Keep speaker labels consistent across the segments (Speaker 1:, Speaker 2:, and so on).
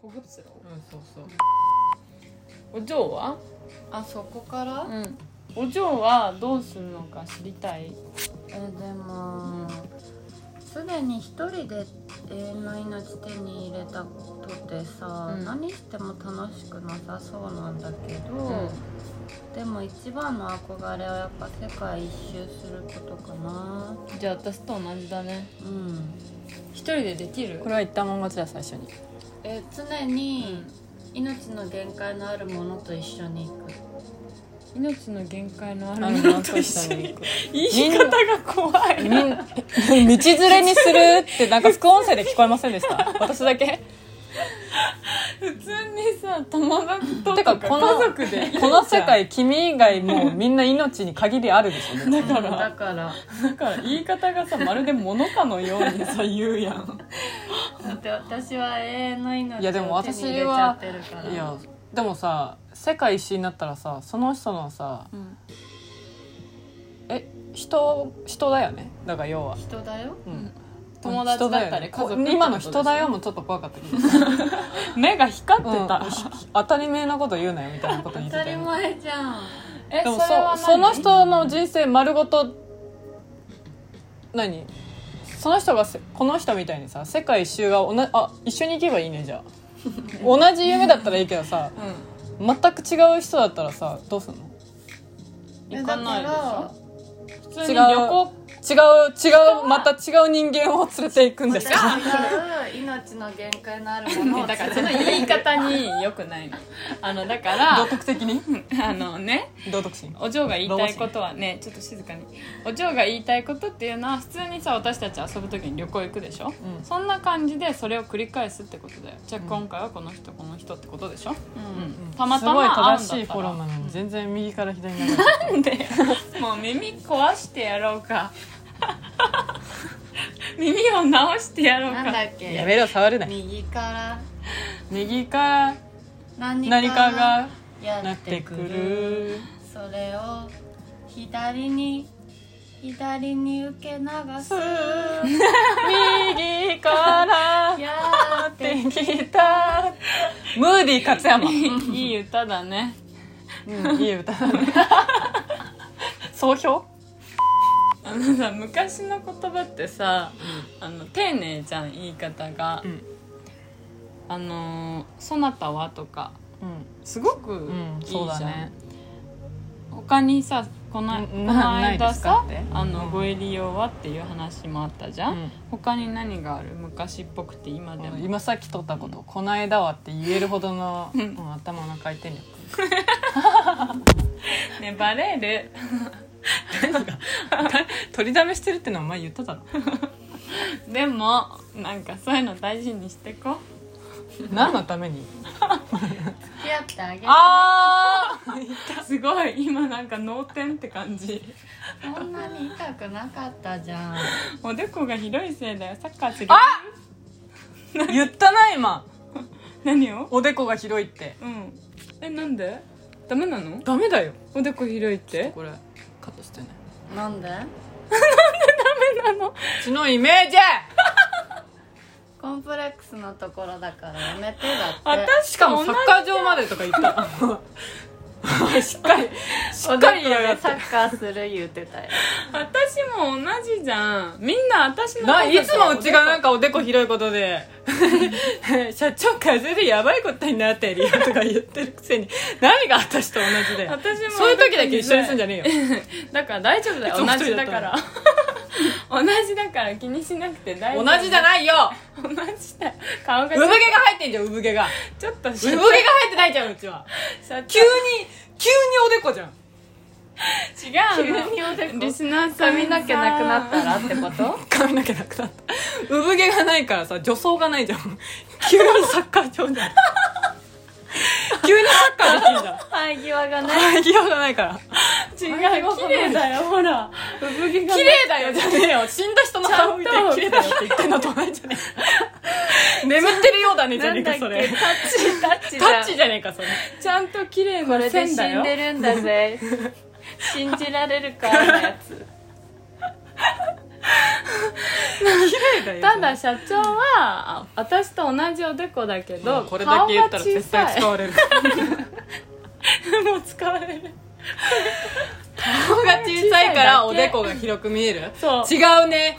Speaker 1: 古
Speaker 2: う
Speaker 1: 物路
Speaker 2: んそうそうお嬢は
Speaker 1: あそこから、
Speaker 2: うんお嬢はどうするのか知りたい
Speaker 1: えでもすでに一人で永遠の命手に入れたとてさ、
Speaker 2: うん
Speaker 1: 何しても楽しくなさそうなんだけど、
Speaker 2: う
Speaker 1: でも一番の憧れはやっぱ世界一周することかな
Speaker 2: じゃあ私と同じだね
Speaker 1: うん
Speaker 2: 一人でできる
Speaker 3: これは一旦もん勝ちだ最初に
Speaker 1: え常に命の限界のあるものと一緒に行く
Speaker 2: 命の限界のあ
Speaker 3: あ
Speaker 2: る
Speaker 3: の
Speaker 2: もの
Speaker 3: 何
Speaker 2: と
Speaker 3: と
Speaker 2: 一
Speaker 3: 一
Speaker 2: 緒
Speaker 3: 緒
Speaker 2: に
Speaker 3: に行く
Speaker 2: 言い方が怖い
Speaker 3: みん道連れにするってなんか副音声で聞こえませんでした私だけ
Speaker 2: 普通にさ友達と
Speaker 3: てかこの
Speaker 2: 家族でいいじゃん
Speaker 3: この世界君以外もうみんな命に限りあるでしょ
Speaker 2: だか
Speaker 1: うんだ
Speaker 2: ら
Speaker 1: から
Speaker 2: だから言い方がさまるで物かのようにさ言うやん
Speaker 1: だって私は永遠の命
Speaker 3: いやでも
Speaker 1: を手に入れちゃってるから
Speaker 3: いやでもさ世界一周になったらさその人のさ
Speaker 2: うん
Speaker 3: え人人だよねだから要は、
Speaker 1: 人だよ
Speaker 3: うん、
Speaker 2: 友達だったり
Speaker 3: 人
Speaker 2: 家
Speaker 3: よ
Speaker 2: 族
Speaker 3: ね今の人だよもちょっと怖かったけど、うん
Speaker 2: 目が光ってた、
Speaker 3: 当たり前のこと言うなよみたいなこと言
Speaker 1: 当た
Speaker 3: ってた
Speaker 1: り
Speaker 3: よね
Speaker 1: 前じゃん
Speaker 2: え
Speaker 3: でも
Speaker 2: それは
Speaker 3: そ
Speaker 2: 何
Speaker 3: その人の人生丸ごと何その人がせこの人みたいにさ世界一周がおなあ一緒に行けばいいねじゃあ同じ夢だったらいいけどさ
Speaker 2: う
Speaker 3: 全く違う人だったらさどうすんの
Speaker 2: ん行かないでし
Speaker 1: だか
Speaker 2: ょ
Speaker 1: ら
Speaker 2: 普通に旅行
Speaker 3: 違う違うまた違う人間を連れていくんですか
Speaker 1: 違う命の限界のあ るものを
Speaker 2: だからその言い方によくないのあのだから
Speaker 3: 道徳的に
Speaker 2: あのね
Speaker 3: 道徳心
Speaker 2: お嬢が言いたいことはねちょっと静かにお嬢が言いたいことっていうのは普通にさ私たち遊ぶ時に旅行行くでしょ、
Speaker 3: うん
Speaker 2: そんな感じでそれを繰り返すってことだよじゃあ今回はこの人この人ってことでしょ、うんたまたま会うん
Speaker 3: す
Speaker 2: だ
Speaker 3: ご
Speaker 2: っ
Speaker 3: い正しいフ
Speaker 2: た
Speaker 3: ォロ
Speaker 2: ら
Speaker 3: ーなのに全然右から左に流れて
Speaker 2: なんでもう耳壊してやろうか 耳を直してやろうか
Speaker 1: なんだっ
Speaker 3: る
Speaker 1: け
Speaker 3: やめろ触れない
Speaker 1: 右から
Speaker 3: 右から
Speaker 1: 何
Speaker 3: 何かが
Speaker 1: や
Speaker 3: な
Speaker 1: っ
Speaker 3: ってて
Speaker 1: く
Speaker 3: く
Speaker 1: る
Speaker 3: る
Speaker 1: それを左に左に受け流す
Speaker 3: 右から
Speaker 1: やって
Speaker 3: できたムーディ勝山、
Speaker 2: いい歌だね
Speaker 3: うん、いい歌だね総評
Speaker 2: あのさ昔の言葉ってさ、あの丁寧じゃん言い方が、
Speaker 3: うん
Speaker 2: あの「そなたは?」とか
Speaker 3: う
Speaker 2: すごく
Speaker 3: ん、
Speaker 2: いいじゃ
Speaker 3: そ
Speaker 2: ん、
Speaker 3: うだね
Speaker 2: 他にさこの
Speaker 3: な
Speaker 2: この
Speaker 3: ない
Speaker 2: 間
Speaker 3: ですか
Speaker 2: さ
Speaker 3: って
Speaker 2: 「あの
Speaker 3: うん
Speaker 2: ご入り用は?」っていう話もあったじゃん、
Speaker 3: うん
Speaker 2: 他に何がある昔っぽくて今でも、
Speaker 3: 今さっき取ったこと「こないだは」って言えるほどの、
Speaker 2: うん
Speaker 3: うん頭の回転力
Speaker 2: ねバレる
Speaker 3: 取りだめしてるってのは前言っただろ
Speaker 2: でもなんかそういうの大事にしてこ
Speaker 3: 何のため に
Speaker 1: 付き合ってあげる
Speaker 3: ああ
Speaker 2: すごい今なんか脳天って感じ
Speaker 1: そんなに痛くなかったじゃん
Speaker 2: おでこが広いせいだよサッカーする
Speaker 3: 言ったな今
Speaker 2: 何を
Speaker 3: おでこが広いって
Speaker 2: うんえなんでダメなの
Speaker 3: ダメだよ
Speaker 2: おでこ広いって
Speaker 3: これカットしてね
Speaker 1: なんで
Speaker 2: あの
Speaker 3: うちのイメージ
Speaker 1: コンプレックスのところだからやめてだって
Speaker 2: 私
Speaker 3: しかもサッカー場までとか言った しっか りしっかり言いやが
Speaker 1: で
Speaker 3: って
Speaker 1: サッカーする言うてたよ
Speaker 2: 私も同じじゃんみんな私の
Speaker 3: ないつもうちがなん
Speaker 2: か
Speaker 3: かおでこ広いこと で社長風でやばいことになってるよとか言ってるくせに何が私と同じで
Speaker 2: 私も
Speaker 3: そういう時だけ一緒にすんじゃね えよ
Speaker 2: だから大丈夫だよ
Speaker 3: いつも
Speaker 2: 同
Speaker 3: 一
Speaker 2: じ
Speaker 3: 人
Speaker 2: だ
Speaker 3: だった
Speaker 2: か
Speaker 3: の
Speaker 2: ら同じだから 気にしなくて大丈
Speaker 3: 同
Speaker 2: 夫
Speaker 3: じじゃないよ
Speaker 2: 同じだよ顔が
Speaker 3: 産毛が入ってんじゃん産毛が
Speaker 2: ちょっと
Speaker 3: 産毛が入ってないじゃんうちは
Speaker 2: 社
Speaker 3: 急に急におでこじゃん
Speaker 2: 長違うの
Speaker 1: 急におでこ
Speaker 2: リスナーさん
Speaker 1: 髪の毛なくなったらってこと
Speaker 3: 髪の毛なくなった産毛がないからさ女装がないじゃん急にサッカー場じゃん急にサッカーできんじゃん
Speaker 1: 生え際がね
Speaker 3: 生え際がないから
Speaker 2: 違う綺麗だよほら産毛が
Speaker 3: 綺麗だよじゃねえよ死んだ人の顔見て
Speaker 2: ちゃんと
Speaker 3: 綺麗だよ って言ってんのと同じじゃねえ眠ってるようだねじ
Speaker 1: な
Speaker 3: ゃねえ
Speaker 1: んだっけ
Speaker 3: かそ
Speaker 1: タッ
Speaker 3: れ
Speaker 1: チタッチ
Speaker 3: タ
Speaker 1: じゃん
Speaker 3: ッチじゃねえかそれ
Speaker 2: ちゃんと綺麗
Speaker 1: こ
Speaker 2: な
Speaker 1: れで
Speaker 2: 線
Speaker 1: 死ん
Speaker 2: だよ
Speaker 1: でるんだ ぜ信じられるかのやつ
Speaker 3: 麗だよ
Speaker 2: ただ社長はあ私と同じおでこだけ
Speaker 3: も
Speaker 2: ど
Speaker 3: うこれだけ言ったら
Speaker 2: 顔が小
Speaker 3: 絶対
Speaker 2: さい
Speaker 3: 使われるもう使われる顔が小さいからおでこが広く見える
Speaker 2: そう
Speaker 3: 違うね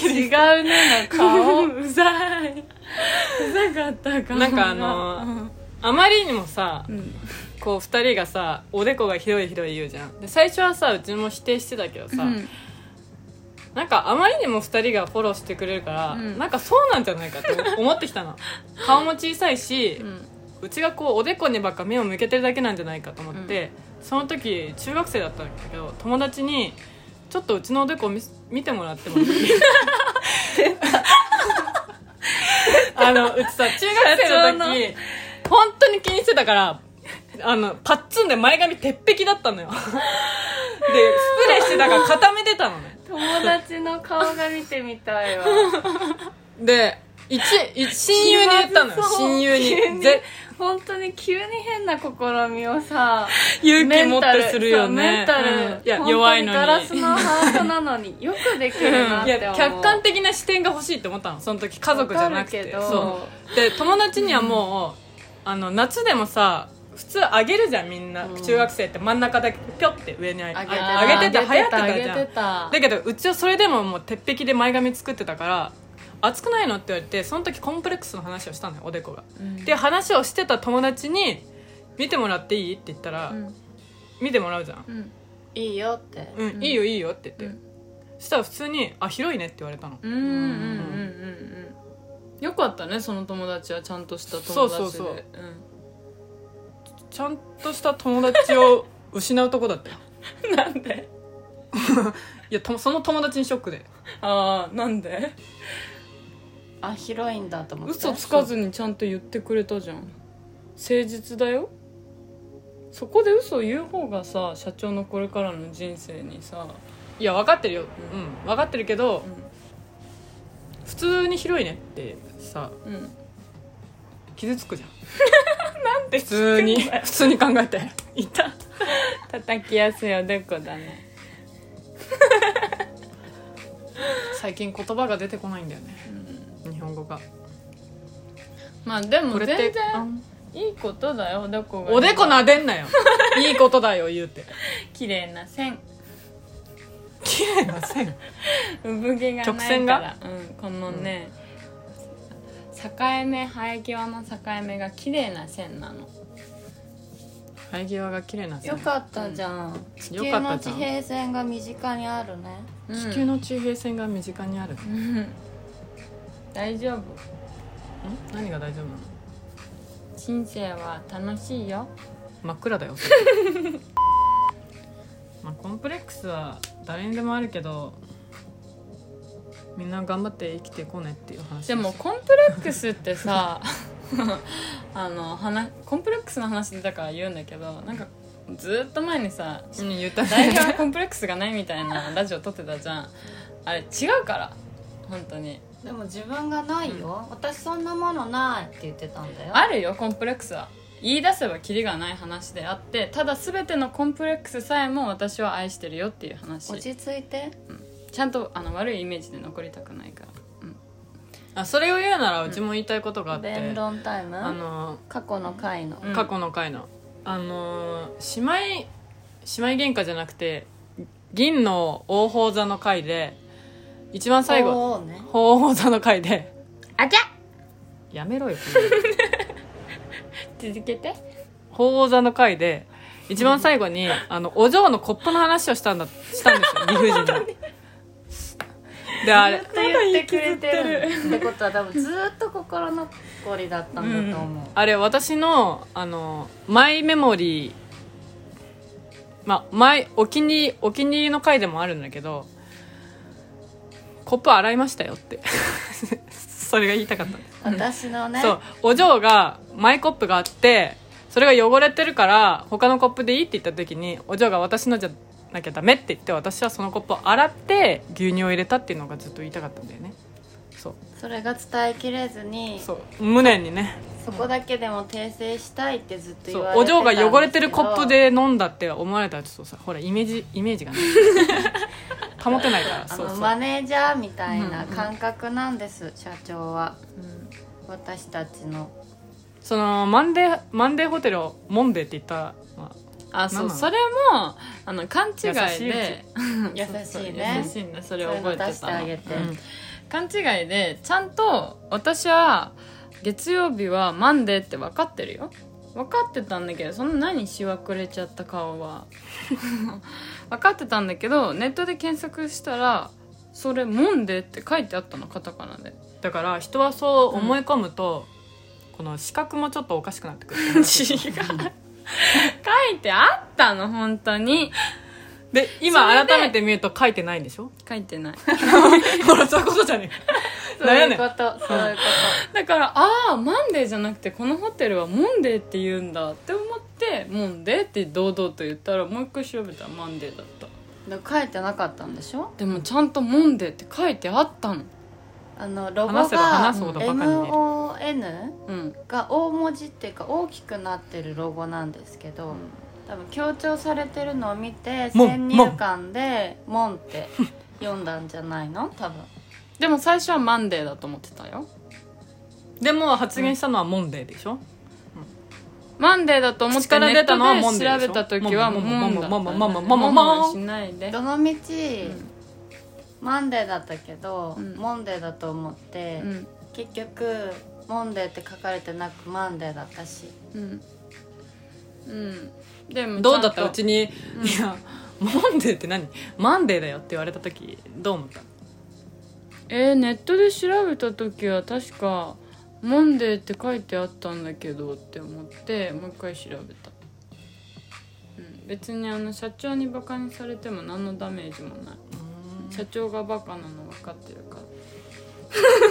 Speaker 2: 違うねの顔
Speaker 3: うざいう
Speaker 2: ざかったか
Speaker 3: なんかあのあまりにもさ
Speaker 2: うん
Speaker 3: こう2人がさおでこが広い広い言うじゃんで最初はさうちも否定してたけどさ、
Speaker 2: うん
Speaker 3: なんかあまりにも2人がフォローしてくれるから、
Speaker 2: うん
Speaker 3: なんかそうなんじゃないかって思って きたの顔も小さいし、
Speaker 2: う
Speaker 3: うんちがこうおでこにばっか目を向けてるだけなんじゃないかと思って、その時中学生だったんだけど友達に「ちょっとうちのおでこ見せ見てもらってもいい?あの」うちさ中学生の時本当に気にしてたからあのパッツンで前髪鉄壁 だったのよでスプレーしてたから固めてたのね
Speaker 2: 友達の顔が見てみたいわ
Speaker 3: で一一親友に言ったの
Speaker 2: 気ま
Speaker 3: よ
Speaker 2: ずそう
Speaker 3: 親友
Speaker 2: 急
Speaker 3: に
Speaker 2: に
Speaker 3: ぜ
Speaker 2: 本当に急に変な試みをさ
Speaker 3: 勇気持ってするよ
Speaker 2: メ
Speaker 3: ね
Speaker 2: ンタルそうメンタル、
Speaker 3: うんいや
Speaker 2: 本当に
Speaker 3: 弱いのに
Speaker 2: ガラスのハートなのによくできるなっ
Speaker 3: い
Speaker 2: て思う、
Speaker 3: や客観的な視点が欲しいって思ったのその時家族じゃ
Speaker 2: わ
Speaker 3: なく
Speaker 2: かる
Speaker 3: て
Speaker 2: けど
Speaker 3: そうで友達にはもう、あの夏でもさ普通あげるじゃんみんな、
Speaker 1: うん
Speaker 3: 中学生って真ん中だけぴょって上にあ
Speaker 2: あげ
Speaker 3: げ
Speaker 2: て
Speaker 3: て
Speaker 2: た
Speaker 3: あげてた流行ってたじゃん
Speaker 2: あげてた
Speaker 3: だけどうちはそれでももう鉄壁で前髪作ってたから熱くないのって言われてその時コンプレックスの話をしたのよおでこが、
Speaker 2: うん
Speaker 3: で話をしてた友達に「見てもらっていい?」って言ったら、
Speaker 2: うん
Speaker 3: 見てもらうじゃん
Speaker 2: うん
Speaker 1: いいよって
Speaker 3: 「うん、いいよいいよ」って言って、
Speaker 2: う
Speaker 3: そしたら普通に「あ広いね」って言われたの、
Speaker 2: うんうんうんうんうんよかったねその友達はちゃんとした友達で
Speaker 3: そうそうそう
Speaker 2: うん
Speaker 3: ちゃんとした友達を失うとこだったよ
Speaker 2: なんで
Speaker 3: いやとその友達にショックで
Speaker 2: ああなんで
Speaker 1: あ広いんだと思って
Speaker 2: 嘘つかずにちゃんと言ってくれたじゃん誠実だよそこで嘘を言う方がさ社長のこれからの人生にさ、
Speaker 3: いや分かってるようん、分かってるけど、普通に広いねってさ
Speaker 2: うんうん、
Speaker 3: 傷つくじゃん なんで普通に普通に考えていた
Speaker 2: 叩きやすいおでこだね
Speaker 3: 最近言葉が出てこないんだよね、日本語が
Speaker 2: まあでも
Speaker 3: これって
Speaker 2: 全然
Speaker 3: あん
Speaker 2: いいことだよおでこが
Speaker 3: おでこなでんな よいいことだよ言うて
Speaker 2: 綺麗な線
Speaker 3: 綺麗な線
Speaker 2: 産毛がないから
Speaker 3: 直線が
Speaker 2: うん、このね、境目生え際の境目が綺麗な線なの
Speaker 3: 生え際が綺麗な線
Speaker 1: よかったじゃん、地球
Speaker 3: よか
Speaker 1: の
Speaker 3: ったじ
Speaker 1: 地
Speaker 3: ゃん
Speaker 1: 平線が身近にあるね
Speaker 3: 地球の地平線が身近にある、
Speaker 2: うん大丈夫
Speaker 3: ん何が大丈夫なの
Speaker 2: 人生は楽しいよ
Speaker 3: 真っ暗 だよまあコンプレックスは誰にでもあるけどみんな頑張って生きていこうねっていう話
Speaker 2: でもコンプレックスってさ あの話コンプレックスの話だから言うんだけどなんかずっと前にさ
Speaker 3: うん言った
Speaker 2: 代
Speaker 3: ね
Speaker 2: 表はコンプレックスがないみたいなラジオ撮ってたじゃんあれ違うから本当に
Speaker 1: でも自分がないよ、私そんなものないって言ってたんだよ
Speaker 2: あるよコンプレックスは言い出せばキリがない話であってただ全てのコンプレックスさえも私は愛してるよっていう話
Speaker 1: 落ち着いて
Speaker 2: ちゃんとあの悪いイメージで残りたくないから
Speaker 3: あそれを言うならうちも言いたいことがあって、
Speaker 1: 弁論タイ
Speaker 3: あ
Speaker 1: ム
Speaker 3: の
Speaker 1: 過去の回の、
Speaker 2: うん
Speaker 3: 過去の回の、あのー姉妹姉妹喧嘩じゃなくて銀の王鵬座の回で一番最後
Speaker 1: そうね
Speaker 3: 鳳凰座の回で
Speaker 2: あちゃ
Speaker 3: やめろよ
Speaker 2: 続けて
Speaker 3: 鳳凰座の回で一番最後にあのお嬢のコップの話をしたんだしたんですよ理不尽なであれ
Speaker 1: ずっと言ってくれてるってことは多分ずっと心残りだったんだと思う、
Speaker 3: あれ私のあのマイメモリーまあマイお気に入りお気に入りの回でもあるんだけどコップ洗いましたよって それが言いたかった
Speaker 1: 私のね
Speaker 3: そうお嬢がマイコップがあってそれが汚れてるから他のコップでいいって言った時にお嬢が私のじゃなきゃダメって言って私はそのコップを洗って牛乳を入れたっていうのがずっと言いたかったんだよねそう
Speaker 1: それが伝えきれずにそ
Speaker 3: そう無念にね
Speaker 1: こだけでも訂正したいってずっと
Speaker 3: そ
Speaker 1: 言
Speaker 3: う
Speaker 1: われ
Speaker 3: お
Speaker 1: てたん
Speaker 3: 嬢
Speaker 1: ですけど
Speaker 3: が汚れてるコップで飲んだって思われたらちょっとさほらイメージイメージがね保てないから
Speaker 1: あ
Speaker 3: そう
Speaker 1: の
Speaker 3: そう、
Speaker 1: マネージャーみたいな
Speaker 3: うんうん
Speaker 1: 感覚なんです、社長は
Speaker 3: うん
Speaker 1: 私たちの
Speaker 3: そのマンデーマンデーホテルをモンデーって言ったのは
Speaker 2: あそう
Speaker 3: ママ
Speaker 2: それもあの勘違いで
Speaker 1: 優しいね
Speaker 2: 優しいんだそ
Speaker 1: そ
Speaker 2: れを覚えてたの
Speaker 1: ういうの出してあげて、
Speaker 3: うん
Speaker 2: 勘違いでちゃんと私は月曜日はマンデーって分かってるよ分かってたんだけどそんな何しわくれちゃった顔は 分かってたんだけどネットで検索したらそれ「モンデー」って書いてあったのカタカナで
Speaker 3: だから人はそう思い込むと、この視覚もちょっとおかしくなってくる
Speaker 2: 違う書いてあったの本当に
Speaker 3: で今
Speaker 2: それで
Speaker 3: 改めて見ると書いてないんでしょ
Speaker 2: 書いてない
Speaker 3: ほらそういうことじゃねえ
Speaker 1: そう
Speaker 3: 悩
Speaker 1: い
Speaker 3: ね
Speaker 1: うことそういうこ
Speaker 2: だからああマンデーじゃなくてこのホテルはモンデーって言うんだって思ってモンデーって堂々と言ったらもう一回調べたらマンデーだった
Speaker 1: とで書いてなかったんでしょ
Speaker 2: でもちゃんとモンデーって書いてあったの
Speaker 1: あのロゴ
Speaker 3: 話せば
Speaker 1: が
Speaker 3: 話すほどバカに見える
Speaker 1: MON
Speaker 2: うん
Speaker 1: が大文字っていうか大きくなってるロゴなんですけど、多分強調されてるのを見て
Speaker 3: モン
Speaker 1: 先入観で「モン」 って読んだんじゃないの多分
Speaker 2: でも最初はマンデーだと思ってたよ
Speaker 3: でも発言したのはモンデーでしょ、
Speaker 2: マンデーだと思ったら
Speaker 3: 口から
Speaker 2: 出
Speaker 3: 出た
Speaker 2: た
Speaker 3: の
Speaker 2: の
Speaker 3: は
Speaker 2: は
Speaker 3: モ
Speaker 2: モ
Speaker 3: ン
Speaker 2: ン
Speaker 3: デ
Speaker 2: デ
Speaker 3: ー
Speaker 2: ー
Speaker 3: でし
Speaker 2: 調べ
Speaker 3: ょ
Speaker 2: た時は
Speaker 3: モ
Speaker 2: モ
Speaker 3: ンモン
Speaker 2: ンだった
Speaker 3: モンモンモンモン
Speaker 2: モンモン
Speaker 3: モンモン
Speaker 2: しないで
Speaker 1: どの道、
Speaker 2: ん
Speaker 1: マンデーだったけど、
Speaker 2: うん
Speaker 1: モンデーだと思って、
Speaker 2: うん
Speaker 1: 結局モンデーって書かれてなくマンデーだったし
Speaker 2: うんうんでも
Speaker 3: どうだった
Speaker 2: ちゃ
Speaker 3: うん
Speaker 2: と
Speaker 3: ちに、いやモンデーって何マンデーだよって言われた時どう思った
Speaker 2: えー、ネットで調べた時は確か「モンデー」って書いてあったんだけどって思ってもう一回調べた、うん、別にあの社長にバカにされても何のダメージもない社長がバカなの分かってるから